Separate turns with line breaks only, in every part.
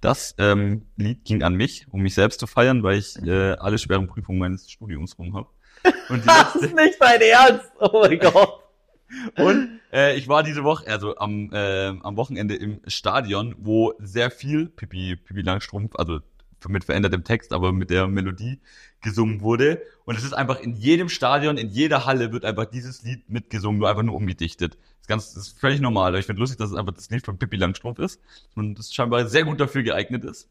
Das ähm, Lied ging an mich, um mich selbst zu feiern, weil ich äh, alle schweren Prüfungen meines Studiums rum habe. Und, die
Das ist
letzte,
nicht dein Ernst. Oh mein Gott.
und äh, ich war diese Woche, also am, äh, am Wochenende im Stadion, wo sehr viel Pipi, Pipi Langstrumpf, also mit verändertem Text, aber mit der Melodie gesungen wurde. Und es ist einfach in jedem Stadion, in jeder Halle wird einfach dieses Lied mitgesungen, nur einfach nur umgedichtet. Das Ganze das ist völlig normal. Aber ich finde lustig, dass es einfach das Lied von Pippi Langstrumpf ist und das scheinbar sehr gut dafür geeignet ist.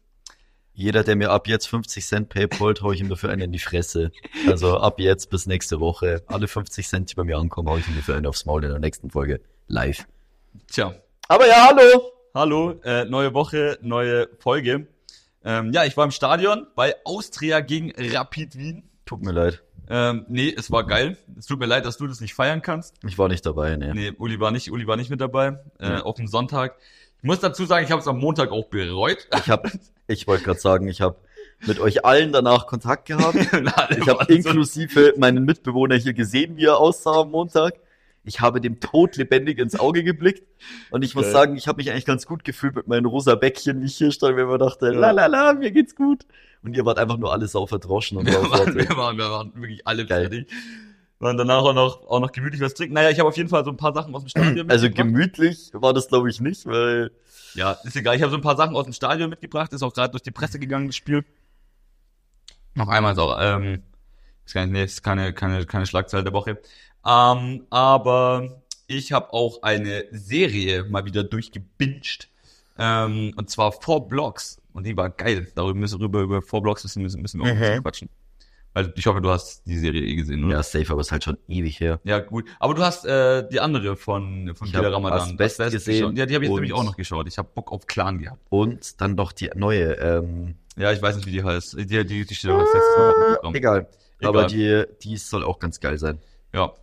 Jeder, der mir ab jetzt 50 Cent paypalt, hau ich ihm dafür einen in die Fresse. Also ab jetzt bis nächste Woche. Alle 50 Cent, die bei mir ankommen, hau ich ihm dafür einen aufs Maul in der nächsten Folge. Live.
Tja,
Aber ja, hallo.
Hallo, äh, neue Woche, neue Folge. Ähm, ja, ich war im Stadion bei Austria gegen Rapid Wien.
Tut mir leid.
Ähm, nee, es war geil. Es tut mir leid, dass du das nicht feiern kannst.
Ich war nicht dabei, ne.
Nee, Uli war nicht, Uli war nicht mit dabei. Äh,
Ja.
Auf dem Sonntag. Ich muss dazu sagen, ich habe es am Montag auch bereut.
Ich hab, ich wollte gerade sagen, ich habe mit euch allen danach Kontakt gehabt. Ich
ich
habe inklusive meinen Mitbewohner hier gesehen, wie er aussah am Montag. Ich habe dem Tod lebendig ins Auge geblickt. Und ich muss
Geil.
sagen, ich habe mich eigentlich ganz gut gefühlt mit meinen rosa Bäckchen, die ich hier stand, wenn man dachte,
Ja.
la la la, mir geht's gut. Und ihr wart einfach nur alle sau verdroschen und
wir, waren,
saufertig.
wir, waren, wir waren wirklich alle
Geil.
fertig. Waren danach auch noch, auch noch gemütlich was trinken. Naja, ich habe auf jeden Fall so ein paar Sachen aus dem Stadion
Also
mitgebracht.
gemütlich war das, glaube ich, nicht, weil
Ja, ist egal. Ich habe so ein paar Sachen aus dem Stadion mitgebracht. Ist auch gerade durch die Presse gegangen, das Spiel. Noch einmal so. Ähm, ist gar nicht, nee, ist keine, keine, keine Schlagzeile der Woche. Ähm, aber ich habe auch eine Serie mal wieder durchgebinscht. Ähm, und zwar Four Blocks. Und die war geil. Darüber müssen wir über Four Blocks müssen, müssen, müssen wir auch
Mhm.
ein bisschen quatschen. Also ich hoffe, du hast die Serie eh gesehen, oder?
ja, safe, aber ist halt schon ewig her.
Ja, gut. Aber du hast äh, die andere von, von
Ich
Bilal
hab Asbest gesehen
geschaut. Ja, die habe ich
und-
nämlich auch noch geschaut. Ich habe Bock auf Clan gehabt.
Und dann noch die neue, ähm, Ah,
Ja, ich weiß nicht, wie die heißt. Die, die, die steht aber als letztes noch auf dem Programm.
egal.
Egal.
Aber die, die soll auch ganz geil sein.
Ja. Und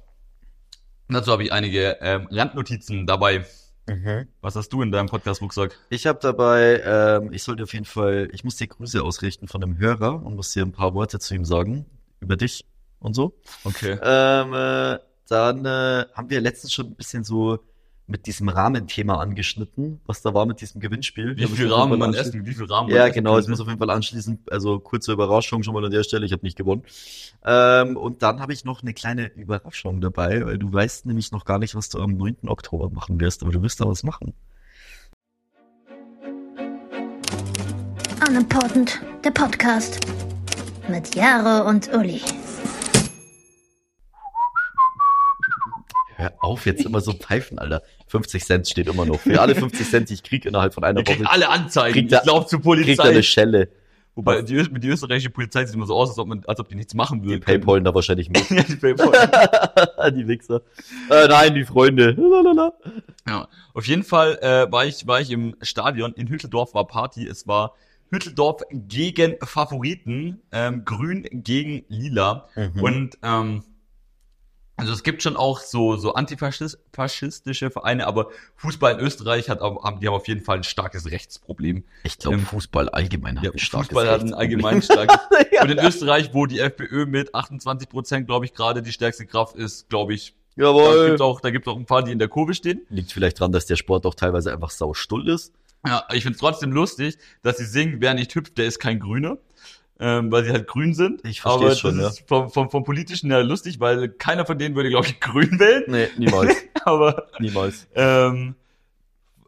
Dazu habe ich einige ähm, Randnotizen dabei.
Mhm.
Was hast du in deinem Podcast-Rucksack?
Ich habe dabei, ähm, ich sollte auf jeden Fall, ich muss dir Grüße ausrichten von einem Hörer und muss dir ein paar Worte zu ihm sagen, über dich und so.
Okay.
Ähm, äh, dann äh, haben wir letztens schon ein bisschen so mit diesem Rahmenthema angeschnitten, was da war mit diesem Gewinnspiel.
Wie
Da muss
viel
ich auf jeden
Rahmen
Fall
man
anschließen.
essen, wie viel Rahmen
Ja,
man essen
genau, es muss
könnte.
auf jeden Fall anschließen. Also kurze Überraschung schon mal an der Stelle, ich habe nicht gewonnen. Ähm, und dann habe ich noch eine kleine Überraschung dabei, weil du weißt nämlich noch gar nicht, was du am 9. Oktober machen wirst, aber du wirst da was machen.
Unimportant, der Podcast. Mit Jaro und Uli.
Hör auf, jetzt immer so pfeifen, Alter. 50 Cent steht immer noch. Für alle 50 Cent, die ich krieg innerhalb von einer
Ihr kriegt
Woche,
alle Anzeigen.
Kriegt er-
ich glaube zur
kriegt er
Polizei.
eine Schelle.
Wobei die, Ö- mit die österreichische Polizei sieht immer so aus, als ob, man, als ob die nichts machen
Die
würden.
Paypalen da wahrscheinlich mit. Ah,
ja, die Paypal.
die Wichser. Äh, nein, die Freunde. Lalala.
Ja, auf jeden Fall äh, war, ich, war ich im Stadion. In Hütteldorf war Party. Es war Hütteldorf gegen Favoriten. Ähm, Grün gegen Lila.
Und
Und ähm, also es gibt schon auch so, so antifaschistische Vereine, aber Fußball in Österreich hat, am- am- die haben auf jeden Fall ein starkes Rechtsproblem.
ich glaube,
Ähm,
Fußball allgemein hat
Ja,
ein starkes
Fußball hat ein
Rechtsproblem.
allgemein starkes.
ja.
Und in Österreich, wo die FPÖ mit 28 Prozent, glaube ich, gerade die stärkste Kraft ist, glaube ich, da
Jawohl.
gibt's auch, da gibt's auch ein paar, die in der Kurve stehen.
Liegt vielleicht dran, dass der Sport auch teilweise einfach saustull ist.
Ja, ich find's trotzdem lustig, dass sie singen, wer nicht hüpft, der ist kein Grüner. Ähm, weil sie halt grün sind.
Ich versteh's
Aber
schon,
das ist vom, vom, vom Politischen her lustig, weil keiner von denen würde, glaube ich, grün wählen.
Nee, niemals.
Aber
niemals.
ähm,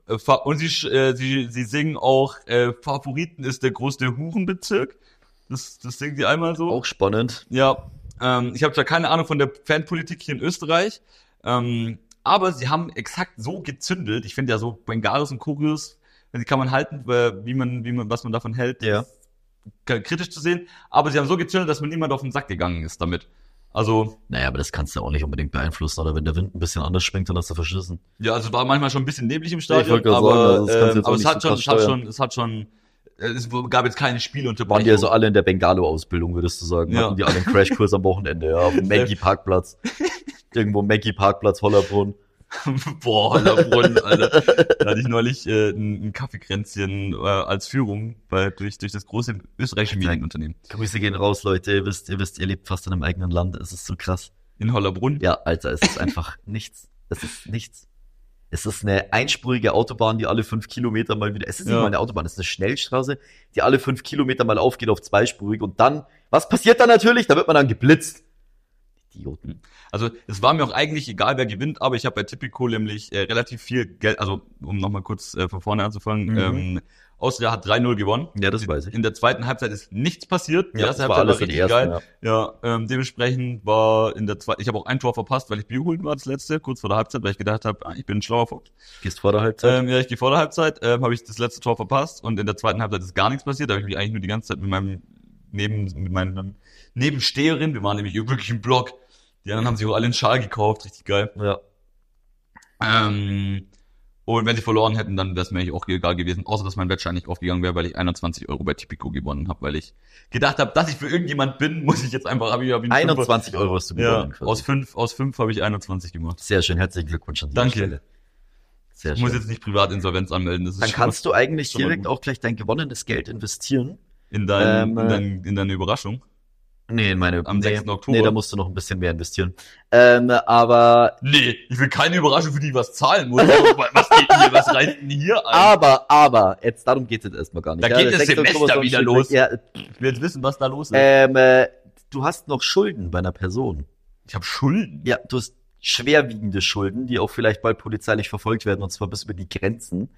äh, Fa- und sie, sch- äh, sie, sie singen auch, äh, Favoriten ist der größte Hurenbezirk. Das, das singen sie einmal so.
Auch spannend.
Ja, ähm, ich habe zwar keine Ahnung von der Fanpolitik hier in Österreich, ähm, aber sie haben exakt so gezündelt. Ich finde ja so Bengalis und Kurios, die kann man halten, äh, wie man, wie man, was man davon hält,
Ja.
k- kritisch zu sehen. Aber sie haben so gezündelt, dass mir niemand auf den Sack gegangen ist damit. Also,
Naja, aber das kannst du auch nicht unbedingt beeinflussen, oder wenn der Wind ein bisschen anders schwingt, dann hast du verschissen.
ja, also war manchmal schon ein bisschen neblig im
wollte
Stadion,
gerade sagen,
aber,
also das
ähm,
kannst du jetzt
aber
auch
es
nicht
hat
so
schon,
krass
es hat
steuern.
schon, es hat schon, äh, es gab jetzt keine Spielunterbrechung.
Waren die also alle in der Bengalo-Ausbildung, würdest du sagen?
Ja.
Hatten die alle einen Crashkurs am Wochenende, ja, auf dem Maggie-Parkplatz. Irgendwo Maggie-Parkplatz, Hollerbrunn.
Boah, Hollerbrunn, Alter. Da hatte ich neulich äh, ein, ein Kaffeekränzchen äh, als Führung bei, durch, durch das große österreichische Medienunternehmen
Grüße gehen raus, Leute. Ihr wisst, ihr wisst, ihr lebt fast in einem eigenen Land. Es ist so krass.
in Hollerbrunn.
Ja, Alter, es ist einfach nichts. Es ist nichts. Es ist eine einspurige Autobahn, die alle fünf Kilometer mal wieder. Es ist nicht
Ja.
mal eine Autobahn, es ist eine Schnellstraße, die alle fünf Kilometer mal aufgeht auf zweispurig. Und dann, was passiert dann natürlich? Da wird man dann geblitzt. Idioten.
Also es war mir auch eigentlich egal, wer gewinnt, aber ich habe bei Tipico nämlich äh, relativ viel Geld, also um nochmal kurz äh, von vorne anzufangen,
Mhm.
ähm, Austria hat 3-0 gewonnen.
Ja, das weiß ich.
In der zweiten Halbzeit ist nichts passiert. Die erste
das
Halbzeit war
in der
richtig geil.
ersten,
Ja, ähm, dementsprechend war in der zweiten, ich habe auch ein Tor verpasst, weil ich Bier holen war das letzte, kurz vor der Halbzeit, weil ich gedacht habe, ah, ich bin ein schlauer Fuchs.
ja. Gehst vor der Halbzeit.
Ähm, ja, ich gehe vor der Halbzeit, ähm, habe ich das letzte Tor verpasst und in der zweiten Halbzeit ist gar nichts passiert. Da habe ich mich eigentlich nur die ganze Zeit mit meinem Neben, mit meinem Nebensteherin, wir waren nämlich wirklich im Block. Die anderen haben sich auch alle einen Schal gekauft, richtig geil.
ja.
Ähm, und wenn sie verloren hätten, dann wäre es mir eigentlich auch egal gewesen, außer dass mein Wettschein nicht aufgegangen wäre, weil ich 21 Euro bei Tipico gewonnen habe, weil ich gedacht habe, dass ich für irgendjemand bin, muss ich jetzt einfach, habe ich, hab ich einen Fünfer-
21 Euro hast du
Ja,
gewonnen. quasi.
aus fünf, aus fünf habe ich 21 gemacht.
Sehr schön, herzlichen Glückwunsch an dieser
Danke.
Stelle. Sehr
Ich muss jetzt nicht Privatinsolvenz anmelden. Das ist
Dann
schon
kannst du eigentlich
schon mal
direkt
gut.
auch gleich dein gewonnenes Geld investieren.
in, dein,
Ähm,
in, dein, in deine Überraschung.
Nee, in meine.
Am
nee,
6. Oktober.
Nee, da musst du noch ein bisschen mehr investieren. Ähm, aber,
Nee, ich will keine Überraschung, für die ich was zahlen muss. Also, was geht denn hier? Was reißt denn hier ein?
aber, aber, jetzt darum geht es jetzt erstmal gar nicht.
Da geht
der
das
6. Oktober
Semester
soll
wieder
schon-
los.
Ja,
Ich will jetzt wissen, was da los ist.
ähm, äh, du hast noch Schulden bei einer Person.
ich habe Schulden.
Ja, du hast schwerwiegende Schulden, die auch vielleicht bald polizeilich verfolgt werden, und zwar bis über die Grenzen.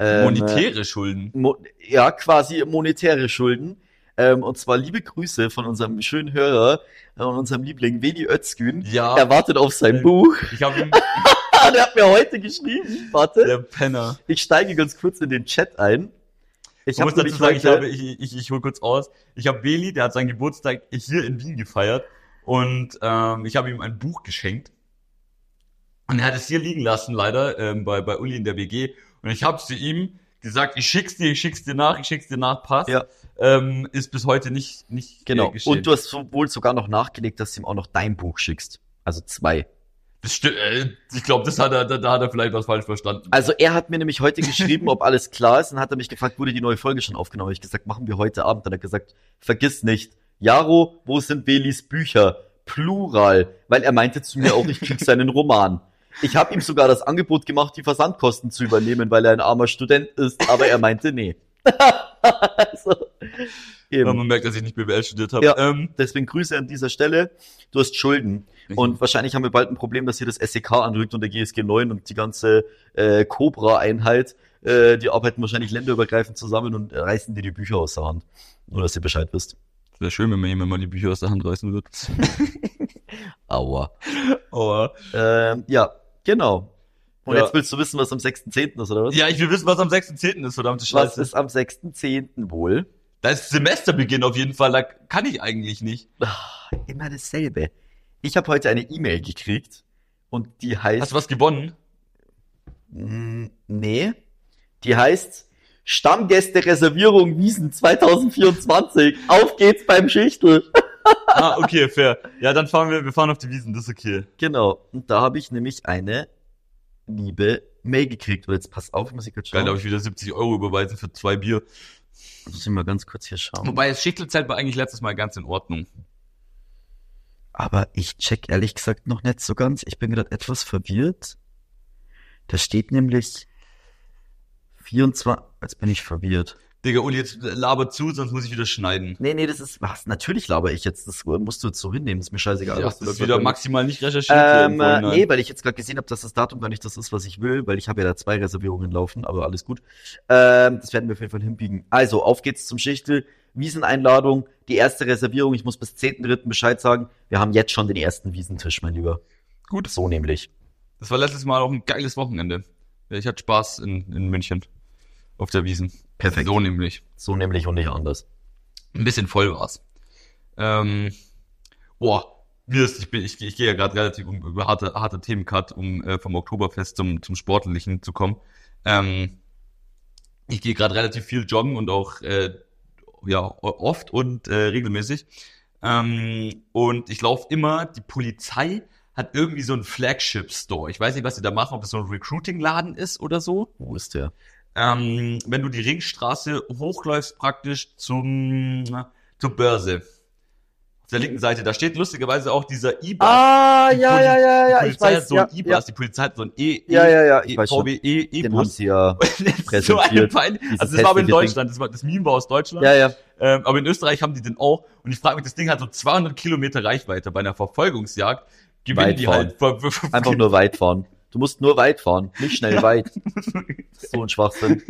Ähm, äh,
Monetäre Schulden.
Mo ja, quasi monetäre Schulden. Ähm, und zwar liebe Grüße von unserem schönen Hörer äh, und unserem Liebling Veli Özgün.
Ja,
Er wartet auf sein
Ähm.
Buch.
ich habe ihn,
Ah, der hat mir heute geschrieben. Warte,
der Penner.
ich steige ganz kurz in den Chat ein. Ich
Ich muss dazu
habe nämlich
sagen, ich,
heute,
habe, ich, ich, ich hol kurz aus. Ich habe Beli, der hat seinen Geburtstag hier in Wien gefeiert. Und ähm, ich habe ihm ein Buch geschenkt. Und er hat es hier liegen lassen, leider, ähm, bei, bei Uli in der WG. Und ich habe zu ihm gesagt, ich schick's dir, ich schick's dir nach, ich schick's dir nach, passt.
Ja.
Ähm, ist bis heute nicht, nicht
genau.
äh, geschehen.
Und du hast wohl sogar noch nachgelegt, dass du ihm auch noch dein Buch schickst. Also zwei.
Das sti- äh, ich glaube, das hat er, da, da hat er vielleicht was falsch verstanden.
Also er hat mir nämlich heute geschrieben, ob alles klar ist und hat er mich gefragt, wurde die neue Folge schon aufgenommen? Ich gesagt, machen wir heute Abend. Dann hat er gesagt, vergiss nicht, Jaro, wo sind Belis Bücher? Plural, weil er meinte zu mir auch, ich krieg seinen Roman. Ich habe ihm sogar das Angebot gemacht, die Versandkosten zu übernehmen, weil er ein armer Student ist, aber er meinte nee. also,
Ja,
eben.
man merkt, dass ich nicht BWL studiert habe.
ähm, Ja.
Ähm,
Deswegen Grüße an dieser Stelle. Du hast Schulden. Und wahrscheinlich haben wir bald ein Problem, dass hier das SEK anrückt und der GSG 9 und die ganze äh, Cobra-Einheit, äh, die arbeiten wahrscheinlich länderübergreifend zusammen und reißen dir die Bücher aus der Hand. Nur, dass ihr Bescheid wisst.
wäre schön, wenn mir jemand mal die Bücher aus der Hand reißen würde.
Aua.
Aber
Ähm, ja, genau. Und
Ja.
jetzt willst du wissen, was am 6.10. ist, oder was?
Ja, ich will wissen, was am 6.10. ist, verdammte
was
Scheiße.
ist am 6.10. wohl?
Da ist Semesterbeginn auf jeden Fall, da kann ich eigentlich nicht.
Ah, Immer dasselbe. Ich habe heute eine E-Mail gekriegt und die heißt...
Hast du was gewonnen?
Mm, Nee. Die heißt Stammgäste Reservierung Wiesen 2024. Auf geht's beim Schichtel.
ah, okay, fair. Ja, dann fahren wir, wir fahren auf die Wiesen, das ist okay.
Genau. Und da habe ich nämlich eine liebe Mail gekriegt. Und jetzt pass auf, muss ich kurz
Geil,
schauen.
da habe ich wieder 70 Euro überweisen für zwei Bier.
muss ich mal ganz kurz hier schauen.
Wobei, das Schichtelzeit war eigentlich letztes Mal ganz in Ordnung.
Aber ich check ehrlich gesagt noch nicht so ganz. Ich bin gerade etwas verwirrt. Da steht nämlich 24. Jetzt bin ich verwirrt.
Digga, Uli, jetzt laber zu, sonst muss ich wieder schneiden.
Nee, nee, das ist. Was? Natürlich laber ich jetzt. Das musst du jetzt so hinnehmen. Ist mir scheißegal.
Ja,
was
das
du
ist
da
wieder
gerade-
maximal nicht recherchiert. hier im
Ähm, äh,
Vorhinein.
nee, weil ich jetzt gerade gesehen habe, dass das Datum gar nicht das ist, was ich will, weil ich habe ja da zwei Reservierungen laufen, aber alles gut. Ähm, das werden wir auf jeden Fall hinbiegen. Also, auf geht's zum Schichtel. Wieseneinladung, die erste Reservierung. Ich muss bis 10.3. Bescheid sagen. Wir haben jetzt schon den ersten Wiesentisch, mein Lieber.
Gut.
So nämlich.
Das war letztes Mal auch ein geiles Wochenende. Ja, Ich hatte Spaß in, in München. Auf der Wiesen.
Perfekt.
So nämlich.
So nämlich und nicht anders.
ein bisschen voll war's. Ähm, boah, mir ist, ich, bin, ich, ich gehe ja gerade relativ um, über harte, harte Themencut, um äh, vom Oktoberfest zum, zum Sportlichen zu kommen. Ähm, ich gehe gerade relativ viel joggen und auch äh, ja o- oft und äh, regelmäßig. Ähm, und ich laufe immer, die Polizei hat irgendwie so einen Flagship-Store. Ich weiß nicht, was sie da machen, ob das so ein Recruiting-Laden ist oder so
Wo ist der?
ähm, wenn du die Ringstraße hochläufst praktisch zum, zur Börse. auf der linken Seite. Da steht lustigerweise auch dieser IBAS.
Ah,
Die
ja,
Poli-
ja, ja, ja,
die
ich
Polizei
weiß.
hat so
ja,
ein IBAS, die Polizei hat so ein E, e
Ja, ja, ja, ich
e
weiß schon.
VW E,
Den haben
E-Bus.
sie ja.
so eine
präsentiert.
Pein
Dieses
Also das war aber in
hässliche Ding.
Deutschland, das, war, das Meme war aus Deutschland.
Ja, ja.
Ähm, aber in Österreich haben die den auch. Und ich frage mich, das Ding hat so 200 Kilometer Reichweite. Bei einer Verfolgungsjagd gewinnen
Weit
die halt. Ver ver ver
Einfach nur weit fahren. Du musst nur weit fahren, nicht schnell weit. Das ist so ein Schwachsinn.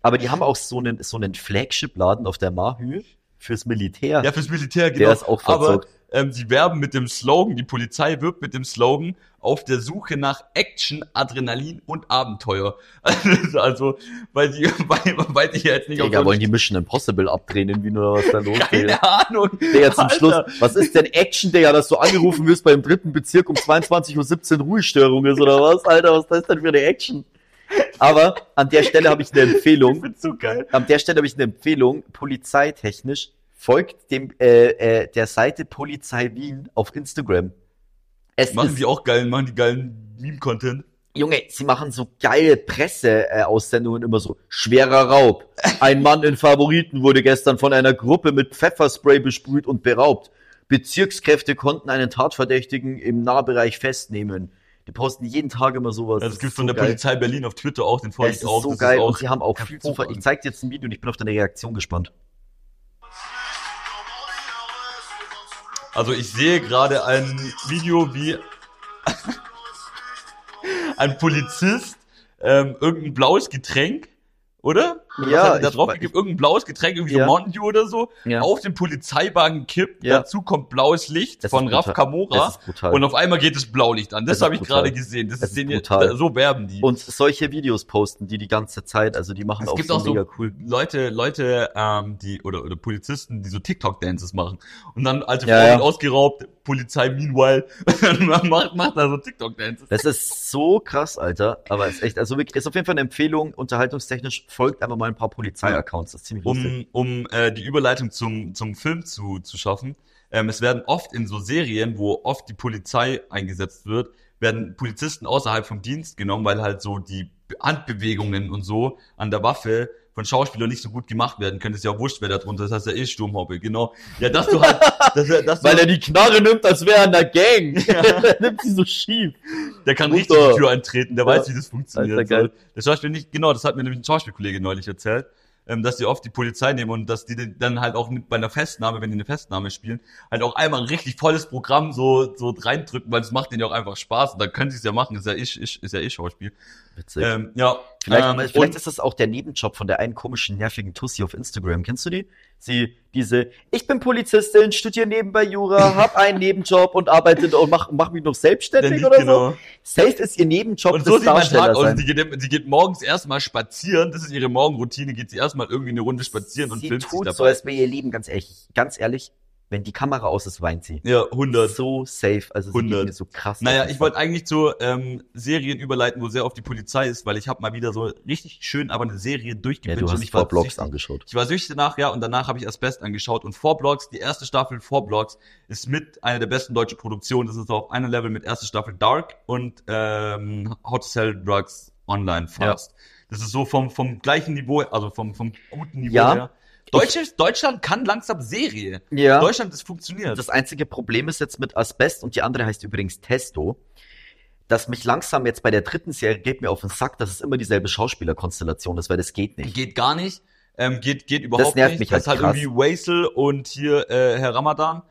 Aber die haben auch so einen, so einen Flagship-Laden auf der Mahü fürs Militär.
ja, fürs Militär,
der
genau.
ist auch
aber
verzockt.
ähm, sie werben mit dem Slogan, die Polizei wirbt mit dem Slogan, auf der Suche nach Action, Adrenalin und Abenteuer. also, weil die, weil, weil die jetzt nicht
Digga,
so-
wollen die Mission Impossible abdrehen, irgendwie nur was da los
Keine Ahnung.
Digga, zum
Alter.
Schluss. Was ist denn Action, Digga, dass du angerufen wirst beim dritten Bezirk um 22.17 Uhr Ruhestörung ist oder was? Alter, was ist das denn für eine Action? Aber an der Stelle habe ich eine
Ich
Empfehlung.
find's so geil.
An der Stelle habe ich eine Empfehlung. Polizeitechnisch folgt dem äh, äh, der Seite Polizei Wien auf Instagram. Es
Machen
ist,
die auch geil, machen die geilen Meme-Content.
Junge, sie machen so geile Presseaussendungen immer so. Schwerer Raub. Ein Mann in Favoriten wurde gestern von einer Gruppe mit Pfefferspray besprüht und beraubt. Bezirkskräfte konnten einen Tatverdächtigen im Nahbereich festnehmen. Die posten jeden Tag immer sowas.
Ja, das Also, gibt
ist
von
so
der
geil.
Polizei Berlin auf Twitter auch, den folge
Das
ich
ist
auch.
so
das
geil.
ist
und
auch
sie haben auch viel Zufall. Ich
hervorragend.
zeig dir jetzt ein Video und ich bin auf deine Reaktion gespannt.
Also ich sehe gerade ein Video, wie ein Polizist ähm, irgendein blaues Getränk, oder? Oder
Ja,
was hat er da
ich
drauf
wei-
gegeben? Irgendein blaues Getränk, irgendwie
Ja.
so Mountain Dew oder so,
Ja.
auf den Polizeiwagen kippt.
Ja.
Dazu kommt blaues Licht
Das
von
ist
Raf
brutal.
Kamora
Das ist brutal.
und auf einmal geht das Blaulicht an. Das,
Das ist
habe ich
brutal.
gerade gesehen. Das,
Das
ist
ist
den, ihr-
brutal.
da- so werben die.
Und solche Videos posten die die ganze Zeit, also die machen
Es
auch
gibt
so
auch so
mega cool.
Leute, Leute, ähm, die oder oder Polizisten, die so TikTok-Dances machen und dann alte
Ja,
Frau
ja.
wird ausgeraubt, Polizei meanwhile und macht macht da so TikTok-Dances.
Das ist so krass, Alter. Aber ist echt, also wirklich, ist auf jeden Fall eine Empfehlung. Unterhaltungstechnisch folgt einfach mal ein paar Polizei-Accounts. Das ist ziemlich lustig.
Um um äh, die Überleitung zum zum Film zu zu schaffen. Ähm, es werden oft in so Serien, wo oft die Polizei eingesetzt wird, werden Polizisten außerhalb vom Dienst genommen, weil halt so die Handbewegungen und so an der Waffe von Schauspielern nicht so gut gemacht werden können. Ist ja wurscht, wer da drunter ist. Das heißt ja eh Sturmhaube, genau. Ja, dass du halt, dass, er- dass du
Weil er die Knarre nimmt, als wäre er in der Gang. er nimmt sie so schief.
Der kann
Muss
richtig
er.
die Tür eintreten, der
Ja.
weiß, wie das funktioniert.
Alter, geil.
So, Der Schauspieler nicht, genau, das hat mir nämlich ein Schauspielkollege neulich erzählt, ähm, dass die oft die Polizei nehmen und dass die den- dann halt auch mit bei einer Festnahme, wenn die eine Festnahme spielen, halt auch einmal ein richtig volles Programm so, so reindrücken, weil das macht denen ja auch einfach Spaß und dann können sie es ja machen, ist ja ich, ich, ist ja ich Schauspiel.
Witzig.
Ähm, ja.
vielleicht
ähm,
vielleicht
und-
ist das auch der Nebenjob von der einen komischen, nervigen Tussi auf Instagram. Kennst du die? Sie, diese, ich bin Polizistin, studiere nebenbei Jura, hab einen Nebenjob und arbeite und mach, mach mich noch
der
selbstständig
liegt
oder so.
genau.
Safe ist ihr Nebenjob
Und so sieht mein Tag
Darsteller
aus.
sein.
Die geht, die geht morgens erstmal spazieren. Das ist ihre Morgenroutine. Geht sie erstmal irgendwie eine Runde spazieren und
sie
filmt sich
tut
dabei.
so, als wäre ihr Leben ganz ehrlich. Ganz ehrlich, wenn die Kamera aus ist, weint sie.
ja, 100.
So safe, also sie
100.
geht mir so krass. auf
Naja,
den
ich
Sack.
wollte eigentlich zu ähm, Serien überleiten, wo sehr oft die Polizei ist, weil ich habe mal wieder so richtig schön aber eine Serie
Ja,
durchgewünscht
du
und
hast
ich war
vor Blogs
süchtig-
angeschaut.
Ich war süchtig danach, ja, und danach habe ich Asbest angeschaut. Und Vorblogs, die erste Staffel Vorblogs, ist mit einer der besten deutschen Produktionen. Das ist auf einem Level mit erster Staffel Dark und ähm, How to Sell Drugs Online Fast. Das ist so vom, vom gleichen Niveau, also vom, vom guten Niveau
Ja.
her. Deutsche, Deutschland kann langsam Serie.
Ja.
Deutschland, das funktioniert.
Das einzige Problem ist jetzt mit Asbest und die andere heißt übrigens Testo, dass mich langsam jetzt bei der dritten Serie geht mir auf den Sack, dass es immer dieselbe Schauspielerkonstellation ist, weil das geht nicht.
Geht gar nicht. Ähm, geht, geht überhaupt
nervt
nicht.
mich
das
halt
ist halt irgendwie Waisel und hier äh, Herr Ramadan.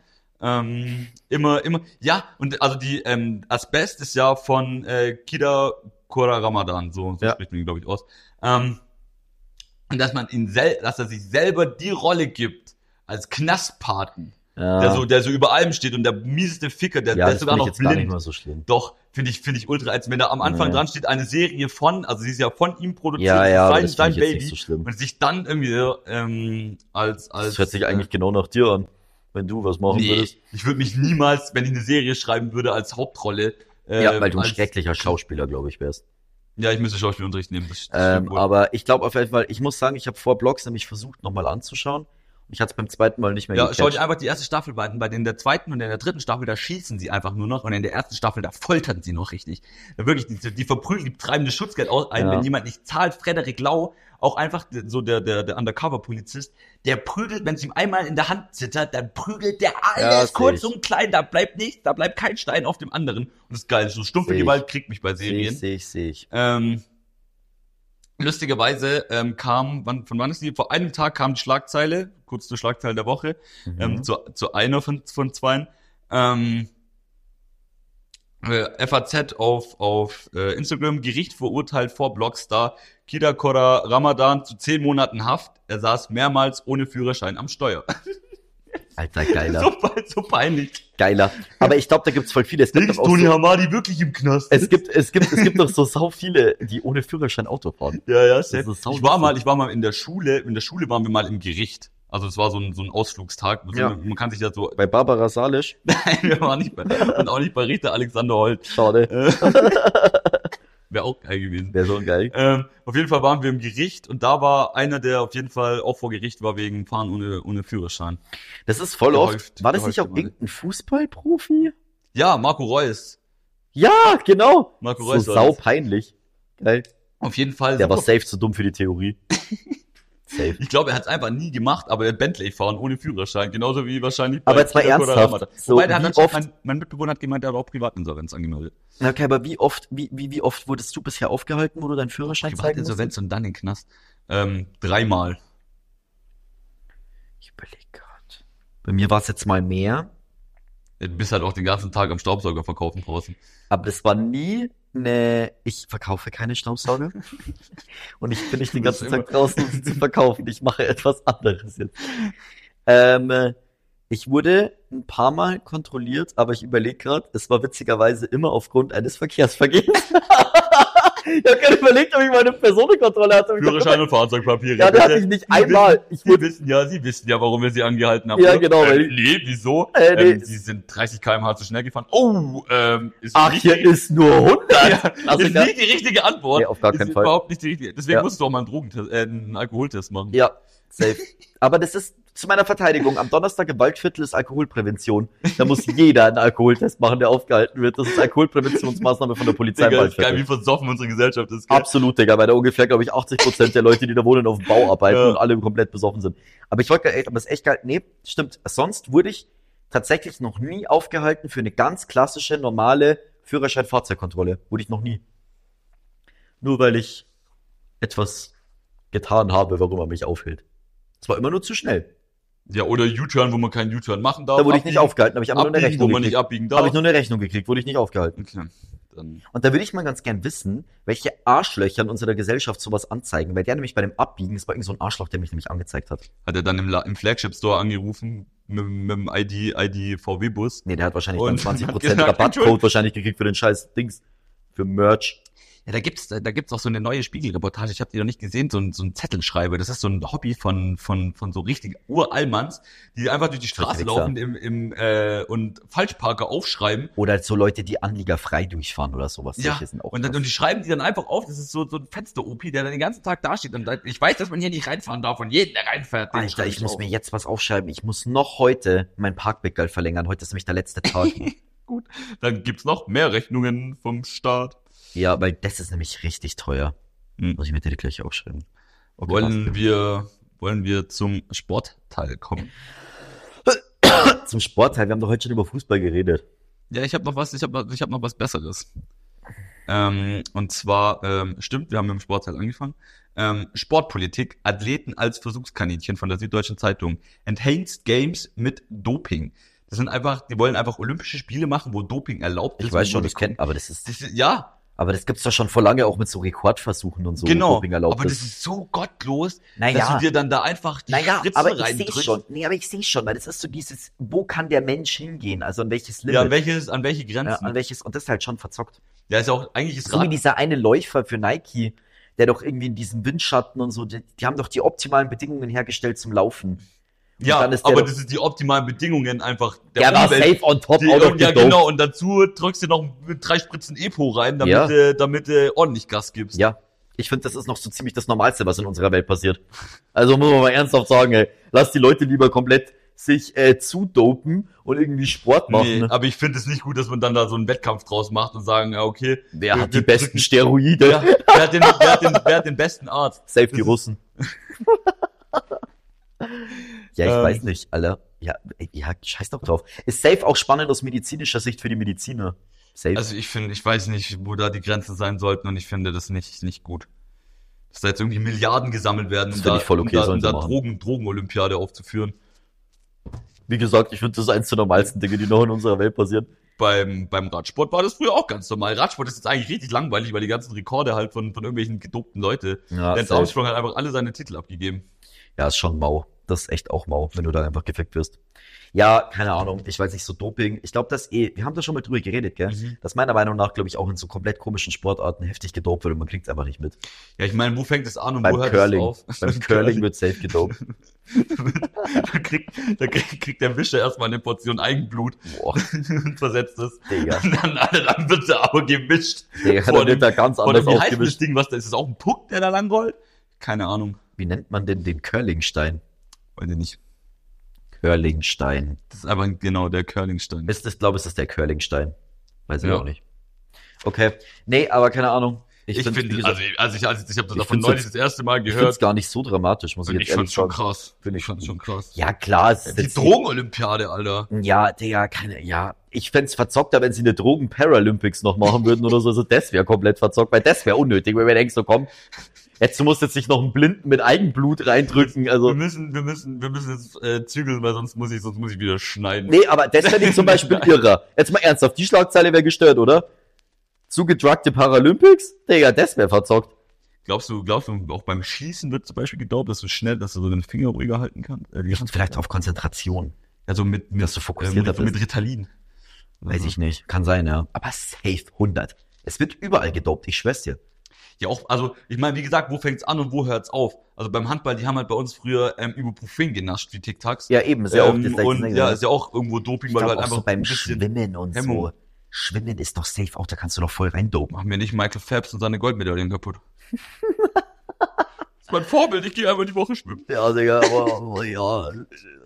Ähm, immer, immer. Ja, und also die ähm, Asbest ist ja von äh, Kida Kora Ramadan, so, so
Ja.
spricht man ihn, glaube ich, aus. Ähm, und dass man ihn sel dass er sich selber die Rolle gibt als Knastpaten,
Ja,
der so, der so über allem steht und der mieseste Ficker, der, der
ja das
ist sogar
finde
noch
ich jetzt gar nicht
blind.
mehr so schlimm.
Doch, finde ich, finde ich ultra, als wenn da am Anfang
Nee.
dran steht, eine Serie von, also sie ist ja von ihm produziert,
Ja, ja, aber
sein,
das finde
sein
ich jetzt
Baby
nicht so schlimm.
und sich dann irgendwie so, ähm, als als
Das hört sich
äh,
eigentlich genau nach dir an, wenn du was machen
nee,
würdest.
ich würde mich niemals, wenn ich eine Serie schreiben würde, als Hauptrolle. Äh,
Ja, weil du ein
als,
schrecklicher Schauspieler, glaube ich, wärst.
Ja, ich müsste Schauspielunterricht nehmen. Das, das
Ähm,
stimmt wohl.
aber ich glaube auf jeden Fall, ich muss sagen, ich habe vor Blogs nämlich versucht, nochmal anzuschauen. Ich hatte es beim zweiten Mal nicht mehr
ja,
gecatcht.
schau dir einfach die erste Staffel an. Bei den der zweiten und in der dritten Staffel, da schießen sie einfach nur noch und in der ersten Staffel, da foltern sie noch richtig. Da wirklich, die, die verprügeln, die treiben das Schutzgeld aus ein,
Ja.
wenn jemand nicht zahlt. Frederik Lau auch einfach so der, der, der Undercover-Polizist, der prügelt, wenn es ihm einmal in der Hand zittert, dann prügelt der
Ja,
alles
seh
kurz
ich.
und klein, da bleibt nichts, da bleibt kein Stein auf dem anderen. Und das ist geil, so stumpfe
Seh ich.
Gewalt kriegt mich bei
Sehe ich,
Serien.
sehe ich, sehe ich.
Ähm, lustigerweise ähm, kam, wann, von wann ist die? Vor einem Tag kam die Schlagzeile, kurz zur Schlagzeile der Woche,
Mhm.
ähm, zu, zu einer von, von zweien. Ähm, äh, FAZ auf, auf äh, Instagram, Gericht verurteilt vor Blogstar Kidakora Ramadan zu zehn Monaten Haft. Er saß mehrmals ohne Führerschein am Steuer.
Alter, geiler,
so, pe- so peinlich.
geiler. Aber ich glaube, da gibt's voll viele. Es gibt,
Links
doch auch so,
Hamadi wirklich im Knast.
es gibt, es gibt, es gibt doch so sau viele, die ohne Führerschein Auto fahren.
Ja, ja,
Das
safe.
ist sau
Ich war
lustig.
mal, ich war mal in der Schule, in der Schule waren wir mal im Gericht. Also es war so ein, so ein Ausflugstag. Also
Ja.
Man kann sich da so,
Bei Barbara Salisch,
nein, wir waren nicht bei, und auch nicht bei Rita Alexander Holt.
schade.
Äh, Wäre auch geil gewesen.
Wäre so geil.
Ähm, auf jeden Fall waren wir im Gericht und da war einer, der auf jeden Fall auch vor Gericht war wegen Fahren ohne, ohne Führerschein.
Das ist voll
Gehäuft,
oft. War das
gehäuft
nicht auch
immer, ne?
irgendein Fußballprofi?
Ja, Marco Reus.
Ja, genau.
Marco
So
Reus. war
sau
das.
peinlich. Geil.
auf jeden Fall.
Der war
super.
safe zu dumm für die Theorie. safe.
ich glaube, er hat es einfach nie gemacht, aber der Bentley fahren ohne Führerschein, genauso wie wahrscheinlich.
Aber jetzt mal
Kira Korda
ernsthaft,
Ramada.
so
Wobei, der
wie
hat oft
oft-
mein, mein Mitbewohner hat gemeint, der hat auch Privatinsolvenz angemeldet.
Okay, aber wie oft, wie, wie, wie oft wurdest du bisher aufgehalten, wo du deinen Führerschein zeigen musstest?
Privatinsolvenz und dann in den Knast. Ähm, dreimal.
Ich überlege gerade. Bei mir war es jetzt mal mehr,
Du bist halt auch den ganzen Tag am Staubsauger verkaufen draußen.
aber das war nie ne. Ich verkaufe keine Staubsauger. und ich bin nicht den
Du bist
ganzen Tag draußen, um sie zu verkaufen. Ich mache etwas anderes jetzt. Ähm, äh, ich wurde ein paar Mal kontrolliert, aber ich überlege gerade, es war witzigerweise immer aufgrund eines Verkehrsvergehens.
Ich habe gerade überlegt, ob ich meine Personenkontrolle hatte. Und ich dachte,
Führerschein und Fahrzeugpapiere.
Ja, der hatte
bitte.
ich nicht
Sie wissen-
einmal. Ich
Sie
wurde,
wissen ja, Sie wissen ja, warum wir Sie angehalten haben.
Ja,
oder?
genau, weil-
Ähm, nee, wieso?
Äh, nee.
Ähm, Sie sind 30 km/h zu schnell gefahren. Oh, ähm, ist
ach,
nicht
hier
die,
ist nur 100.
ja, ist
Klassiker.
nicht die richtige Antwort.
Nee, auf gar
ist
keinen Fall.
überhaupt nicht die richtige. Deswegen
Ja.
musst du auch mal einen Drogentest, äh, einen Alkoholtest machen.
Ja, safe. Aber das ist zu meiner Verteidigung. Am Donnerstag im Waldviertel ist Alkoholprävention. Da muss jeder einen Alkoholtest machen, der aufgehalten wird. Das ist Alkoholpräventionsmaßnahme von der Polizei im
Digga, ist geil, wie
Waldviertel.
versoffen unsere Gesellschaft ist. gell?
Absolut, Digga, weil da ungefähr, glaube ich, 80 Prozent der Leute, die da wohnen, auf dem Bau arbeiten
Ja.
und alle komplett besoffen sind. Aber ich wollte, grad- aber ist echt geil. Nee, stimmt. Sonst wurde ich tatsächlich noch nie aufgehalten für eine ganz klassische, normale Führerschein-Fahrzeugkontrolle. Wurde ich noch nie. Nur weil ich etwas getan habe, warum er mich aufhält. Es war immer nur zu schnell.
Ja, oder U-Turn, wo man keinen U-Turn machen darf.
Da wurde ich nicht aufgehalten, habe ich aber nur eine
abbiegen, wo
Rechnung
man nicht
gekriegt.
abbiegen darf.
Habe ich nur eine Rechnung gekriegt, wurde ich nicht aufgehalten.
okay. Dann,
Und da würde ich mal ganz gern wissen, welche Arschlöcher in unserer Gesellschaft sowas anzeigen, weil der nämlich bei dem Abbiegen, das war irgend so ein Arschloch, der mich nämlich angezeigt hat.
hat er dann im, La- im Flagship Store angerufen mit, mit dem ID, ID VW Bus.
Nee, der hat wahrscheinlich
Und
dann 20%
hat gesagt,
Rabattcode
Entschuldigung.
wahrscheinlich gekriegt für den scheiß Dings. Für Merch.
Ja, da gibt's da gibt's auch so eine neue Spiegelreportage. Ich habe die noch nicht gesehen. So ein, so ein Zettelschreiber. Das ist so ein Hobby von von von so richtig Uralmans, die einfach durch die Straße
Wichser.
laufen im, im äh, und Falschparker aufschreiben
Oder so Leute, die Anlieger frei durchfahren oder sowas.
Ja,
Solche sind auch
Und, dann,
krass.
und die schreiben die dann einfach auf, das ist so, so ein Fenster-OP, der dann den ganzen Tag dasteht. Und dann, ich weiß, dass man hier nicht reinfahren darf und jeden, der reinfährt. den
Alter,
schreibe
ich muss
auf.
mir jetzt was aufschreiben. Ich muss noch heute mein Parkbeckgeld verlängern. Heute ist nämlich der letzte Tag.
Dann gibt's noch mehr Rechnungen vom Staat.
ja, weil das ist nämlich richtig teuer.
Hm.
Muss ich mir direkt gleich aufschreiben. Okay,
wollen wir, wollen wir zum Sportteil kommen?
Zum Sportteil, wir haben doch heute schon über Fußball geredet.
Ja, ich habe noch was, ich habe ich hab noch was Besseres. Ähm, und zwar, ähm, stimmt, wir haben mit dem Sportteil angefangen. Ähm, Sportpolitik, Athleten als Versuchskaninchen von der Süddeutschen Zeitung. Enhanced Games mit Doping. Das sind einfach, die wollen einfach Olympische Spiele machen, wo Doping erlaubt
Ich
ist.
weiß
und wo
schon,
wir
ich kenne,
gucken-
aber das ist,
Das ist, ja,
aber das gibt's doch schon vor lange auch mit so Rekordversuchen und so. wo
genau.
Doping erlaubt
Aber das
ist.
ist so gottlos, dass
Naja,
du dir dann da einfach die
naja,
Spritzen
aber ich sehe
reindrückst.
schon. Nee, aber ich sehe schon, weil das ist so dieses, wo kann der Mensch hingehen? Also an welches Limit?
Ja, an welches, an welche
Ja,
Grenzen?
an welches, und das ist halt schon verzockt.
Ja, ist ja auch eigentlich ist
So wie
Rad.
dieser eine Läufer für Nike, der doch irgendwie in diesem Windschatten und so, die, die haben doch die optimalen Bedingungen hergestellt zum Laufen. Und
Ja,
dann ist der
aber
doch-
das sind die optimalen Bedingungen einfach
Der, war
Umwelt.
safe on top,
Die,
auch noch
und, ja,
gedopt.
genau. Und dazu drückst du noch mit drei Spritzen Epo rein, damit,
Ja.
äh, damit äh, ordentlich Gas gibst.
Ja, ich finde, das ist noch so ziemlich das Normalste, was in unserer Welt passiert. Also muss man mal ernsthaft sagen, ey, lass die Leute lieber komplett sich äh, zudopen und irgendwie Sport machen.
Nee, aber ich finde es nicht gut, dass man dann da so einen Wettkampf draus macht und sagen, ja, okay,
Wer
wir-
hat
wir
die besten
drücken-
Steroide?
wer, wer, hat den, wer, hat den, wer hat den besten Arzt?
Safe
Das
die
ist-
Russen. ja, ich
Ähm.
weiß nicht, Alter. Ja, ey, ja, scheiß doch drauf. Ist safe auch spannend aus medizinischer Sicht für die Mediziner. Safe.
Also ich finde, ich weiß nicht, wo da die Grenzen sein sollten und ich finde das nicht, nicht gut. Dass da jetzt irgendwie Milliarden gesammelt werden,
Das
um
find
da,
ich voll okay,
um da, um
sollen sie
da
machen.
Drogen, Drogenolympiade aufzuführen.
Wie gesagt, ich finde, das ist eins der normalsten Dinge, die noch in unserer Welt passieren.
Beim, beim Radsport war das früher auch ganz normal. Radsport ist jetzt eigentlich richtig langweilig, weil die ganzen Rekorde halt von, von irgendwelchen gedopten Leute.
Ja,
Lance Armstrong hat einfach alle seine Titel abgegeben.
ja, ist schon mau. Das ist echt auch mau, wenn du da einfach gefickt wirst. Ja, keine Ahnung. Ich weiß nicht, so Doping. Ich glaube, dass eh, wir haben da schon mal drüber geredet, gell?
Mhm.
Dass meiner Meinung nach, glaube ich, auch in so komplett komischen Sportarten heftig gedopt wird und man kriegt's einfach nicht mit.
Ja, ich meine, wo fängt es an und
Beim
wo hört
Curling.
es auf?
Beim Curling wird safe gedopt.
da kriegt, da kriegt, kriegt der Wischer erstmal eine Portion Eigenblut
Boah,
und versetzt es.
Digga.
Und dann, dann wird da aber gemischt.
Digga,
Vor
dann
dem-
wird da ganz
Oder
anders
wie heißt das
aufgemischt.
Ding, was da ist? Ist das auch ein Puck, der da lang rollt? Keine Ahnung.
Wie nennt man denn den Curlingstein?
Weiß ich nicht.
Curlingstein.
Das ist einfach genau der Curlingstein.
Ist das, glaube ich, ist das der Curlingstein? Weiß ich
Ja.
auch nicht. Okay. Nee, aber keine Ahnung.
Ich,
find's, wie
finde,
gesagt,
also, ich- also ich, also ich habe das
Ich
davon
find's
neulich das
jetzt-
erste Mal
ich finde
gehört.
es gar nicht so dramatisch, muss ich
Und
jetzt
ich
ehrlich
fand's schon
sagen.
krass.
Find ich
Ich fand's schon krass.
Ja, klar, es ist
Die
jetzt-
Drogenolympiade, Alter.
Ja, Digga, keine, ja. Ich fänd's verzockter, wenn sie eine Drogen-Paralympics noch machen würden oder so. Also das wäre komplett verzockt, weil das wäre unnötig, wenn man denkt, so komm, jetzt du musst jetzt nicht noch einen Blinden mit Eigenblut reindrücken.
Wir
Also.
müssen, wir müssen, wir müssen jetzt äh, zügeln, weil sonst muss ich, sonst muss ich wieder schneiden.
Nee, aber das fänd ich zum Beispiel irrer. Jetzt mal ernsthaft, die Schlagzeile wäre gestört, oder? Zugedruckte Paralympics? Digga, das wäre verzockt.
Glaubst du, glaubst du, auch beim Schießen wird zum Beispiel gedauert, dass du schnell, dass du so den Finger ruhiger halten kannst? Äh, die Hand-
Vielleicht auf Konzentration.
Also mit, mit,
Dass du fokussierter
mit,
bist.
mit Ritalin. Mhm.
Weiß ich nicht. Kann sein, ja. Mhm. Aber safe 100. Es wird überall gedopt, ich schwör's dir.
Ja, auch, also ich meine, wie gesagt, wo fängt's an und wo hört's auf? Also beim Handball, die haben halt bei uns früher ähm, Ibuprofen genascht, die Tic Tacs.
Ja, eben, ist ja auch
ähm,
das
und
Ding,
ja,
ne?
ist ja auch irgendwo Doping,
Ich
weil du
glaube
halt
auch
einfach
so
ein
beim
bisschen-
Schwimmen und
Hemmung.
so. Schwimmen ist doch safe auch, da kannst du doch voll reindopen.
Machen wir nicht Michael Phelps und seine Goldmedaillen kaputt. das ist mein Vorbild, ich gehe einmal die Woche schwimmen.
Ja, Digga, aber aber ja,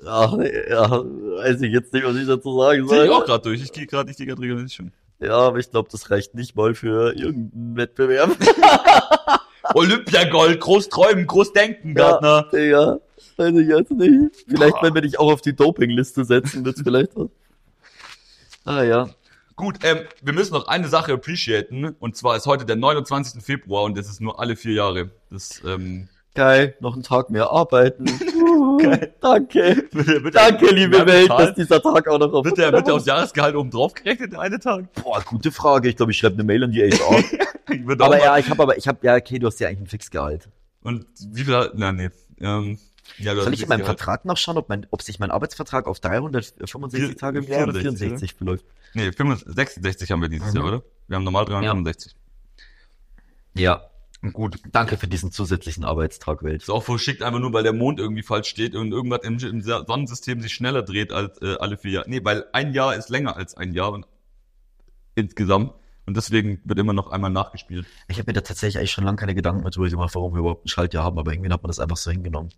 ja, ja, weiß ich jetzt nicht, was ich dazu sagen
Zieh ich auch
soll.
gerade durch. Ich gehe gerade, ich gehe gerade regelmäßig schwimmen.
Ja, aber ich glaube, das reicht nicht mal für irgendeinen Wettbewerb.
Olympiagold, groß träumen, groß denken,
Ja.
Gärtner.
Digga, weiß ich jetzt nicht. Vielleicht, wenn wir dich auch auf die Dopingliste setzen, wird's vielleicht was. Ah ja.
Gut, ähm, wir müssen noch eine Sache appreciaten. Und zwar ist heute der 29. Februar und das ist nur alle vier Jahre. Das, ähm,
Geil, noch einen Tag mehr arbeiten. Geil. Danke.
wird
Danke, liebe
Ja,
Welt,
total.
dass dieser Tag auch noch auf
Wird der, wird der aufs Jahresgehalt oben drauf gerechnet, der eine Tag?
Boah, gute Frage. Ich glaube, ich schreibe eine Mail an die HR.
Ich würd auch
aber
mal-
ja, ich habe aber, ich habe, ja, okay, du hast ja eigentlich ein Fixgehalt.
Und wie viel hat, na, nee. Ähm, ja, du hast
Soll ich in meinem
Gehalt.
Vertrag noch schauen, ob, mein, ob sich mein Arbeitsvertrag auf 365
Vier-
Tage im Jahr oder
64,
64 beläuft?
Nee, 65 66 haben wir dieses
Mhm.
Jahr, oder? Wir haben normal 365.
Ja,
Und Gut.
danke für diesen zusätzlichen Arbeitstag, Welt.
Ist auch verschickt, einfach nur, weil der Mond irgendwie falsch steht und irgendwas im, im Sonnensystem sich schneller dreht als äh, alle vier Jahre. Nee, weil ein Jahr ist länger als ein Jahr und insgesamt. Und deswegen wird immer noch einmal nachgespielt.
Ich habe mir da tatsächlich eigentlich schon lange keine Gedanken mehr drüber gemacht, warum wir überhaupt einen Schaltjahr haben, aber irgendwie hat man das einfach so hingenommen.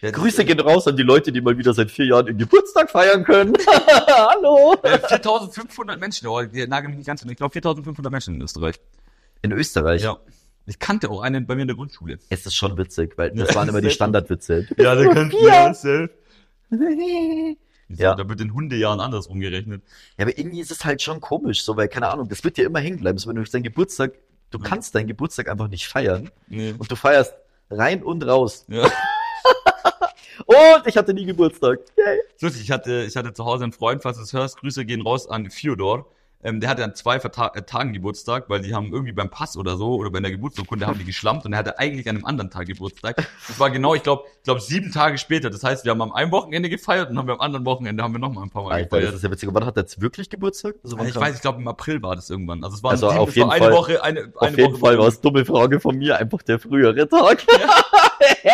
Grüße gehen raus an die Leute, die mal wieder seit vier Jahren ihren Geburtstag feiern können. Hallo!
Äh, 4500 Menschen, oh, ich nagel mich nicht ganz hin. Ich glaube 4500 Menschen in Österreich.
In Österreich
Ja. Ich kannte auch einen bei mir in der Grundschule.
ist es schon witzig, weil
Ja,
das waren immer die
sehr gut.
Standardwitze.
Ja, der kann ja. safe.
Ja.
Ja. Da wird in Hundejahren anders umgerechnet.
Ja, aber irgendwie ist es halt schon komisch, so, weil, keine Ahnung, das wird dir immer hängen bleiben. So, wenn du deinen Geburtstag, du
Mhm.
kannst deinen Geburtstag einfach nicht feiern
Nee.
und du feierst rein und raus.
Ja.
Und ich hatte nie Geburtstag. Yay.
Ist Lustig, ich hatte, ich hatte zu Hause einen Freund, falls du es hörst, Grüße gehen raus an Fyodor. Ähm, der hatte an zwei Verta äh, Tagen Geburtstag, weil die haben irgendwie beim Pass oder so oder bei der Geburtsurkunde haben die geschlampt und er hatte eigentlich an einem anderen Tag Geburtstag. Das war genau, ich glaube, ich glaube sieben Tage später. Das heißt, wir haben am einen Wochenende gefeiert und haben wir am anderen Wochenende haben wir noch mal ein paar Mal
Alter, das
gefeiert.
ist ja witzig. Und wann hat er jetzt wirklich Geburtstag? Also, wann
ich
kam-
weiß, ich glaube im April war das irgendwann. Also es war,
Also
sieben-
auf
es war
jeden
eine
Fall-
Woche, eine, eine
Auf jeden
Woche
Fall war es dumme Frage von mir, einfach der frühere Tag. Hä?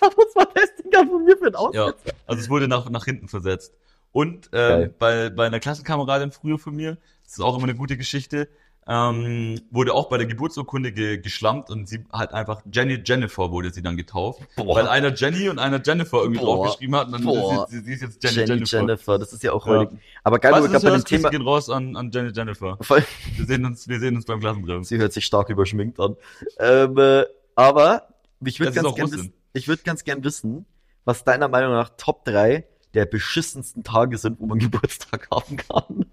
Was war das Ding da von mir für ein Ausdruck?
Ja, also es wurde nach, nach hinten versetzt. Und ähm,
Geil.
bei, bei einer Klassenkameradin früher von mir, das ist auch immer eine gute Geschichte, ähm, wurde auch bei der Geburtsurkunde ge geschlampt und sie hat einfach Jenny Jennifer wurde sie dann getauft,
Boah.
weil einer Jenny und einer Jennifer irgendwie
Boah.
draufgeschrieben hat und dann
Boah.
sie, sie, sie ist jetzt Jenny,
Jenny Jennifer.
Jennifer.
das ist ja auch
Ja.
heute. Aber geil, wo
Was
wir
ist
gerade bei
das?
dem
Thema
Thema.
gehen raus an, an Jenny Jennifer.
Voll-
Wir sehen uns, wir sehen uns beim Klassentreffen.
Sie hört sich stark überschminkt an. Ähm, äh, aber ich würde
Das ist
ganz
auch
gern
Russin.
wissen, ich würde ganz gern wissen, was deiner Meinung nach Top 3 der beschissensten Tage sind, wo man Geburtstag haben kann.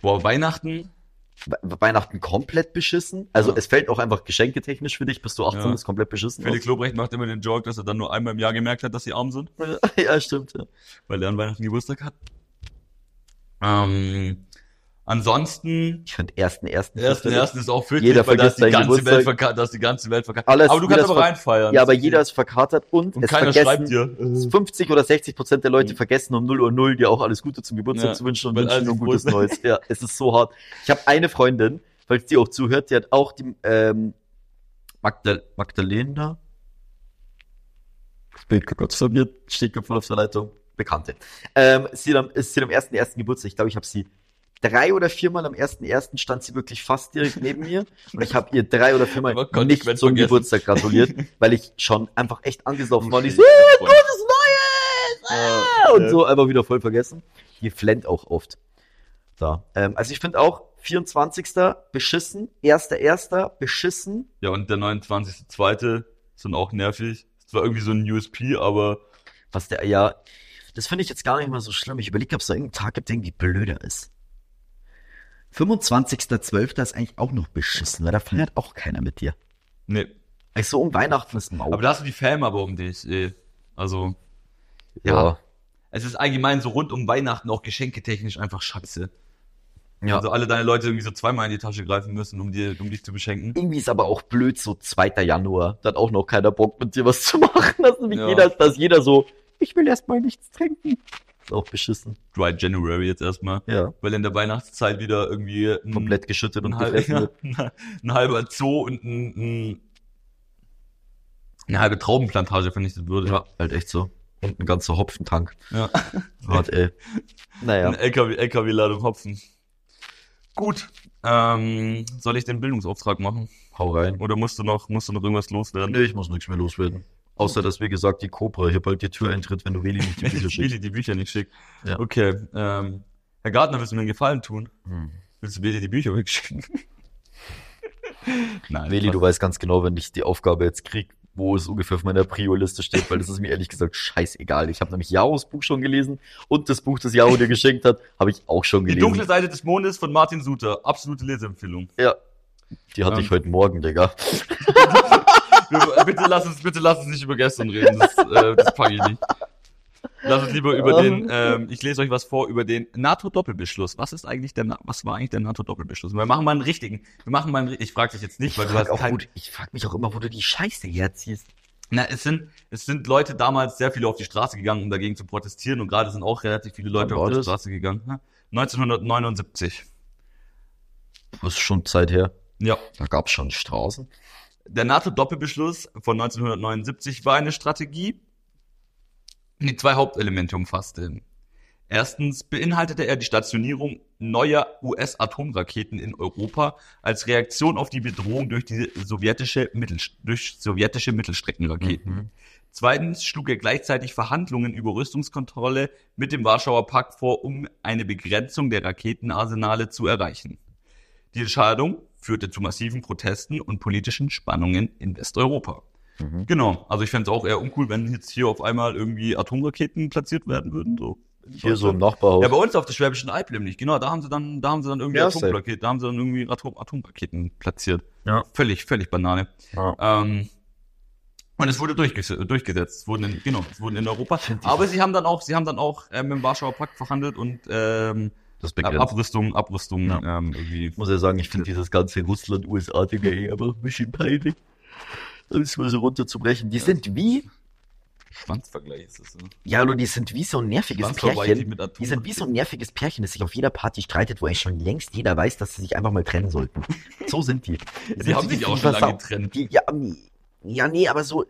Boah, Weihnachten?
We- Weihnachten komplett beschissen. Also
Ja.
es fällt auch einfach geschenketechnisch für dich, bis du 18
Ja.
bist, komplett beschissen.
Felix Lobrecht macht immer den Joke, dass er dann nur einmal im Jahr gemerkt hat, dass sie arm sind,
aus. ja, stimmt. Ja.
weil er an Weihnachten Geburtstag hat. Ähm, ansonsten,
Ich finde ersten, ersten,
ersten,
fürchterlich.
ersten ist auch fürchterlich,
Jeder
weil da ist die
vergisst seinen
ganze Welt
Geburtstag.
verkackt, da ist die ganze Welt verkackt.
Alles-
aber du
jeder
kannst
ist
aber
ver-
reinfeiern.
Ja, aber jeder ist verkatert und,
und
es
keiner
vergessen
schreibt dir. äh,
50 oder 60 Prozent der Leute
Mhm.
vergessen um 0 Uhr 0 dir auch alles Gute zum Geburtstag
Ja,
zu wünschen und
weil
wünschen
alle
dir ein gutes
froh sind.
Neues. Ja, es ist so hart. Ich habe eine Freundin, falls die auch zuhört, die hat auch die ähm, Magda Magdalena. Ich bin kurz verwirrt, steht gerade voll auf der Leitung. Bekannte. Ähm, sie hat am, ist sie hat am ersten, ersten Geburtstag. Ich glaube, ich habe sie drei oder viermal am ersten, ersten stand sie wirklich fast direkt neben mir. Und ich habe ihr drei oder viermal
Aber konsequent
nicht zum
vergessen.
Geburtstag gratuliert, weil ich schon einfach echt angesoffen war. Und ich so,
Oh Freund.
gutes Neues! Ah! Und
ja.
so einfach wieder voll vergessen. Die flennt auch oft. Da. Ähm, also ich finde auch 24. beschissen, 1.1. beschissen.
Ja, und der 29.2. sind auch nervig. Ist zwar irgendwie so ein USP, aber
Was der, ja, das finde ich jetzt gar nicht mal so schlimm. Ich überlege, ob es da irgendeinen Tag gibt, der irgendwie blöder ist.
25.12. ist eigentlich auch noch beschissen, weil da feiert auch keiner mit dir.
nee.
Also so um Weihnachten ist Mau.
Aber da hast du die Fam aber um dich. eh. Also,
ja.
es ist allgemein so rund um Weihnachten auch geschenketechnisch einfach scheiße.
ja.
Also alle deine Leute irgendwie so zweimal in die Tasche greifen müssen, um, dir, um dich zu beschenken.
Irgendwie ist aber auch blöd, so 2. Januar. Da hat auch noch keiner Bock, mit dir was zu machen. Das ist nämlich
Ja.
jeder, dass jeder so, ich will erstmal nichts trinken. Ist auch beschissen.
Dry January jetzt erstmal.
Ja.
Weil in der Weihnachtszeit wieder irgendwie ein,
Komplett geschüttet und
ein, halb,
gefressen
Mhm. Halt, ja,
wird.
ein halber Zoo und ein, ein, eine halbe Traubenplantage, finde ich das würde.
Ja, halt echt so. Und ein ganzer Hopfentank.
Ja.
Warte, ey. Naja.
Eine LKW, LKW-Ladung Hopfen. Gut. Ähm, soll ich den Bildungsauftrag machen?
Hau rein.
Oder musst du noch, musst du noch irgendwas loswerden?
Nee, ich muss nichts mehr loswerden. Außer, dass, wie gesagt, die Cobra hier bald die Tür eintritt, wenn du Weli nicht die
Wenn
Füße
ich
schickst.
Willi die Bücher nicht schickt.
Ja.
Okay. Ähm, Herr Gartner, willst du mir einen Gefallen tun?
Hm.
Willst du Willi die Bücher wegschicken? Nein.
Weli, du
Spaß.
weißt ganz genau, wenn ich die Aufgabe jetzt krieg, wo es ungefähr auf meiner Prio-Liste steht, weil das ist mir ehrlich gesagt scheißegal. Ich habe nämlich Jaros Buch schon gelesen und das Buch, das Jaro dir geschenkt hat, habe ich auch schon
Die
gelesen.
dunkle Seite des Mondes von Martin Suter. Absolute Leseempfehlung.
Ja. Die hatte
Ähm.
ich heute Morgen, Digga.
Wir- äh, bitte, lass uns, bitte lass uns nicht über gestern reden. Das, äh, das pack ich nicht. Lass uns lieber über den, ähm, ich lese euch was vor, über den NATO-Doppelbeschluss. Was ist eigentlich der, Na- was war eigentlich der NATO-Doppelbeschluss? Wir machen mal einen richtigen. Wir machen mal einen, ri- ich frage dich jetzt nicht, weil du hast
auch,
kein,
wo du- ich frag mich auch immer, wo du die Scheiße herziehst.
Na, es sind, es sind Leute damals sehr viele auf die Straße gegangen, um dagegen zu protestieren und gerade sind auch relativ viele Leute
Wann
auf
war
die
das?
Straße gegangen. ne? Ja, 1979.
Das ist schon Zeit her.
Ja.
Da gab's schon Straßen.
Der NATO-Doppelbeschluss von 1979 war eine Strategie, die zwei Hauptelemente umfasste. Erstens beinhaltete er die Stationierung neuer US-Atomraketen in Europa als Reaktion auf die Bedrohung durch die sowjetische, Mittel, durch sowjetische Mittelstreckenraketen. Zweitens schlug er gleichzeitig Verhandlungen über Rüstungskontrolle mit dem Warschauer Pakt vor, um eine Begrenzung der Raketenarsenale zu erreichen. Die Entscheidung führte zu massiven Protesten und politischen Spannungen in Westeuropa.
Mhm.
Genau, also ich fände es auch eher uncool, wenn jetzt hier auf einmal irgendwie Atomraketen platziert werden würden. So.
Hier so im Nachbarhaus.
Ja, bei uns auf der Schwäbischen Alb nämlich, genau, da haben sie dann, da haben sie dann irgendwie
Ja,
Atomraketen, da haben sie dann irgendwie Atom Atomraketen platziert.
Ja.
Völlig, völlig Banane.
Ja.
Ähm, und es wurde durchges- durchgesetzt. Es wurden in, genau, es wurden in Europa. Aber sie haben dann auch, sie haben dann auch äh, mit dem Warschauer Pakt verhandelt und ähm,
das
Ab-
begrenzt.
Abrüstung, Abrüstung
Ja.
ähm, irgendwie.
Ich muss ja sagen, ich finde dieses ganze Russland-USA-Ding ja eh aber ein bisschen peinlich. Um es mal so runterzubrechen. Die sind wie,
Schwanzvergleich ist das so.
ja, nur die sind wie so ein nerviges
Schwanzvergleich die
Pärchen.
mit Atom.
Die sind wie so ein nerviges Pärchen, das sich auf jeder Party streitet, wo eigentlich schon längst jeder weiß, dass sie sich einfach mal trennen sollten. So sind die. Die,
die haben sich auch schon lange getrennt.
Die, ja, nee. ja, nee, aber so,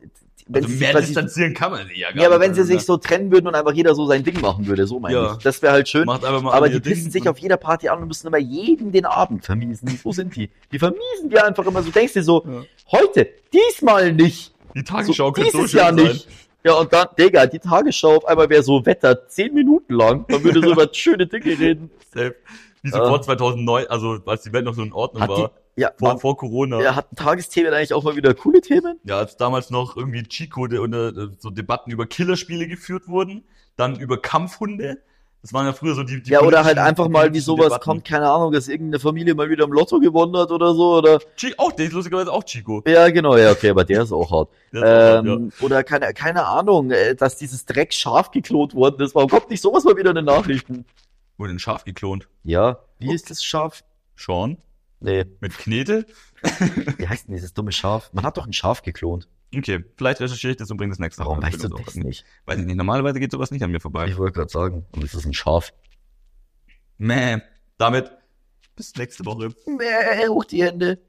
wenn
Also
sie sich
mehr
quasi,
distanzieren kann man sich ja gar
ja, aber
nicht also, ne?
wenn sie sich
voneinander.
so trennen würden und einfach jeder so sein Ding machen würde, so meine
Ja.
ich. Das wäre halt schön.
Macht einfach mal
aber
alle
die
ihr Ding
pissen sich
und-
auf jeder Party an und müssen immer jeden den Abend vermiesen. So sind die. Die vermiesen dir einfach immer so. Denkst dir so,
Ja.
heute, diesmal nicht.
Die
So,
Tagesschau könnte so
dieses
schön
Jahr
sein.
nicht. Ja, und dann, Digga, die Tagesschau auf einmal wäre so Wetter, zehn Minuten lang. Man würde so über schöne Dinge reden.
Safe. Wie so
Ja.
vor 2009, also als die Welt noch so in Ordnung
Hat die-
war,
Ja,
vor, vor Corona.
ja, hatten Tagesthemen eigentlich auch mal wieder coole Themen?
Ja, als damals noch irgendwie Chico der, und, äh, so Debatten über Killerspiele geführt wurden, dann über Kampfhunde. Das waren ja früher so die, die
ja, oder halt
politischen-
einfach mal, wie
politischen
sowas
Debatten.
kommt, keine Ahnung, dass irgendeine Familie mal wieder im Lotto gewonnen hat oder so, oder?
Chi auch, der ist lustigerweise auch Chico.
Ja, genau, ja, okay, aber der ist auch hart.
Der ist auch, ja.
Ähm, Oder keine, keine Ahnung, äh, dass dieses Dreck scharf geklont worden ist. Warum kommt nicht sowas mal wieder in den Nachrichten?
Wurde ein Schaf geklont.
Ja, wie ist das Schaf?
Sean
Nee,
mit Knete.
wie heißt denn dieses dumme Schaf? Man hat doch ein Schaf geklont.
Okay, vielleicht recherchiere ich das und bringe das nächste
Warum
Mal.
weißt du das nicht?
Weiß ich nicht, normalerweise geht sowas nicht an mir vorbei.
Ich wollte gerade sagen, und es ist ein Schaf.
Mäh. Damit bis nächste Woche.
Mäh, hoch die Hände.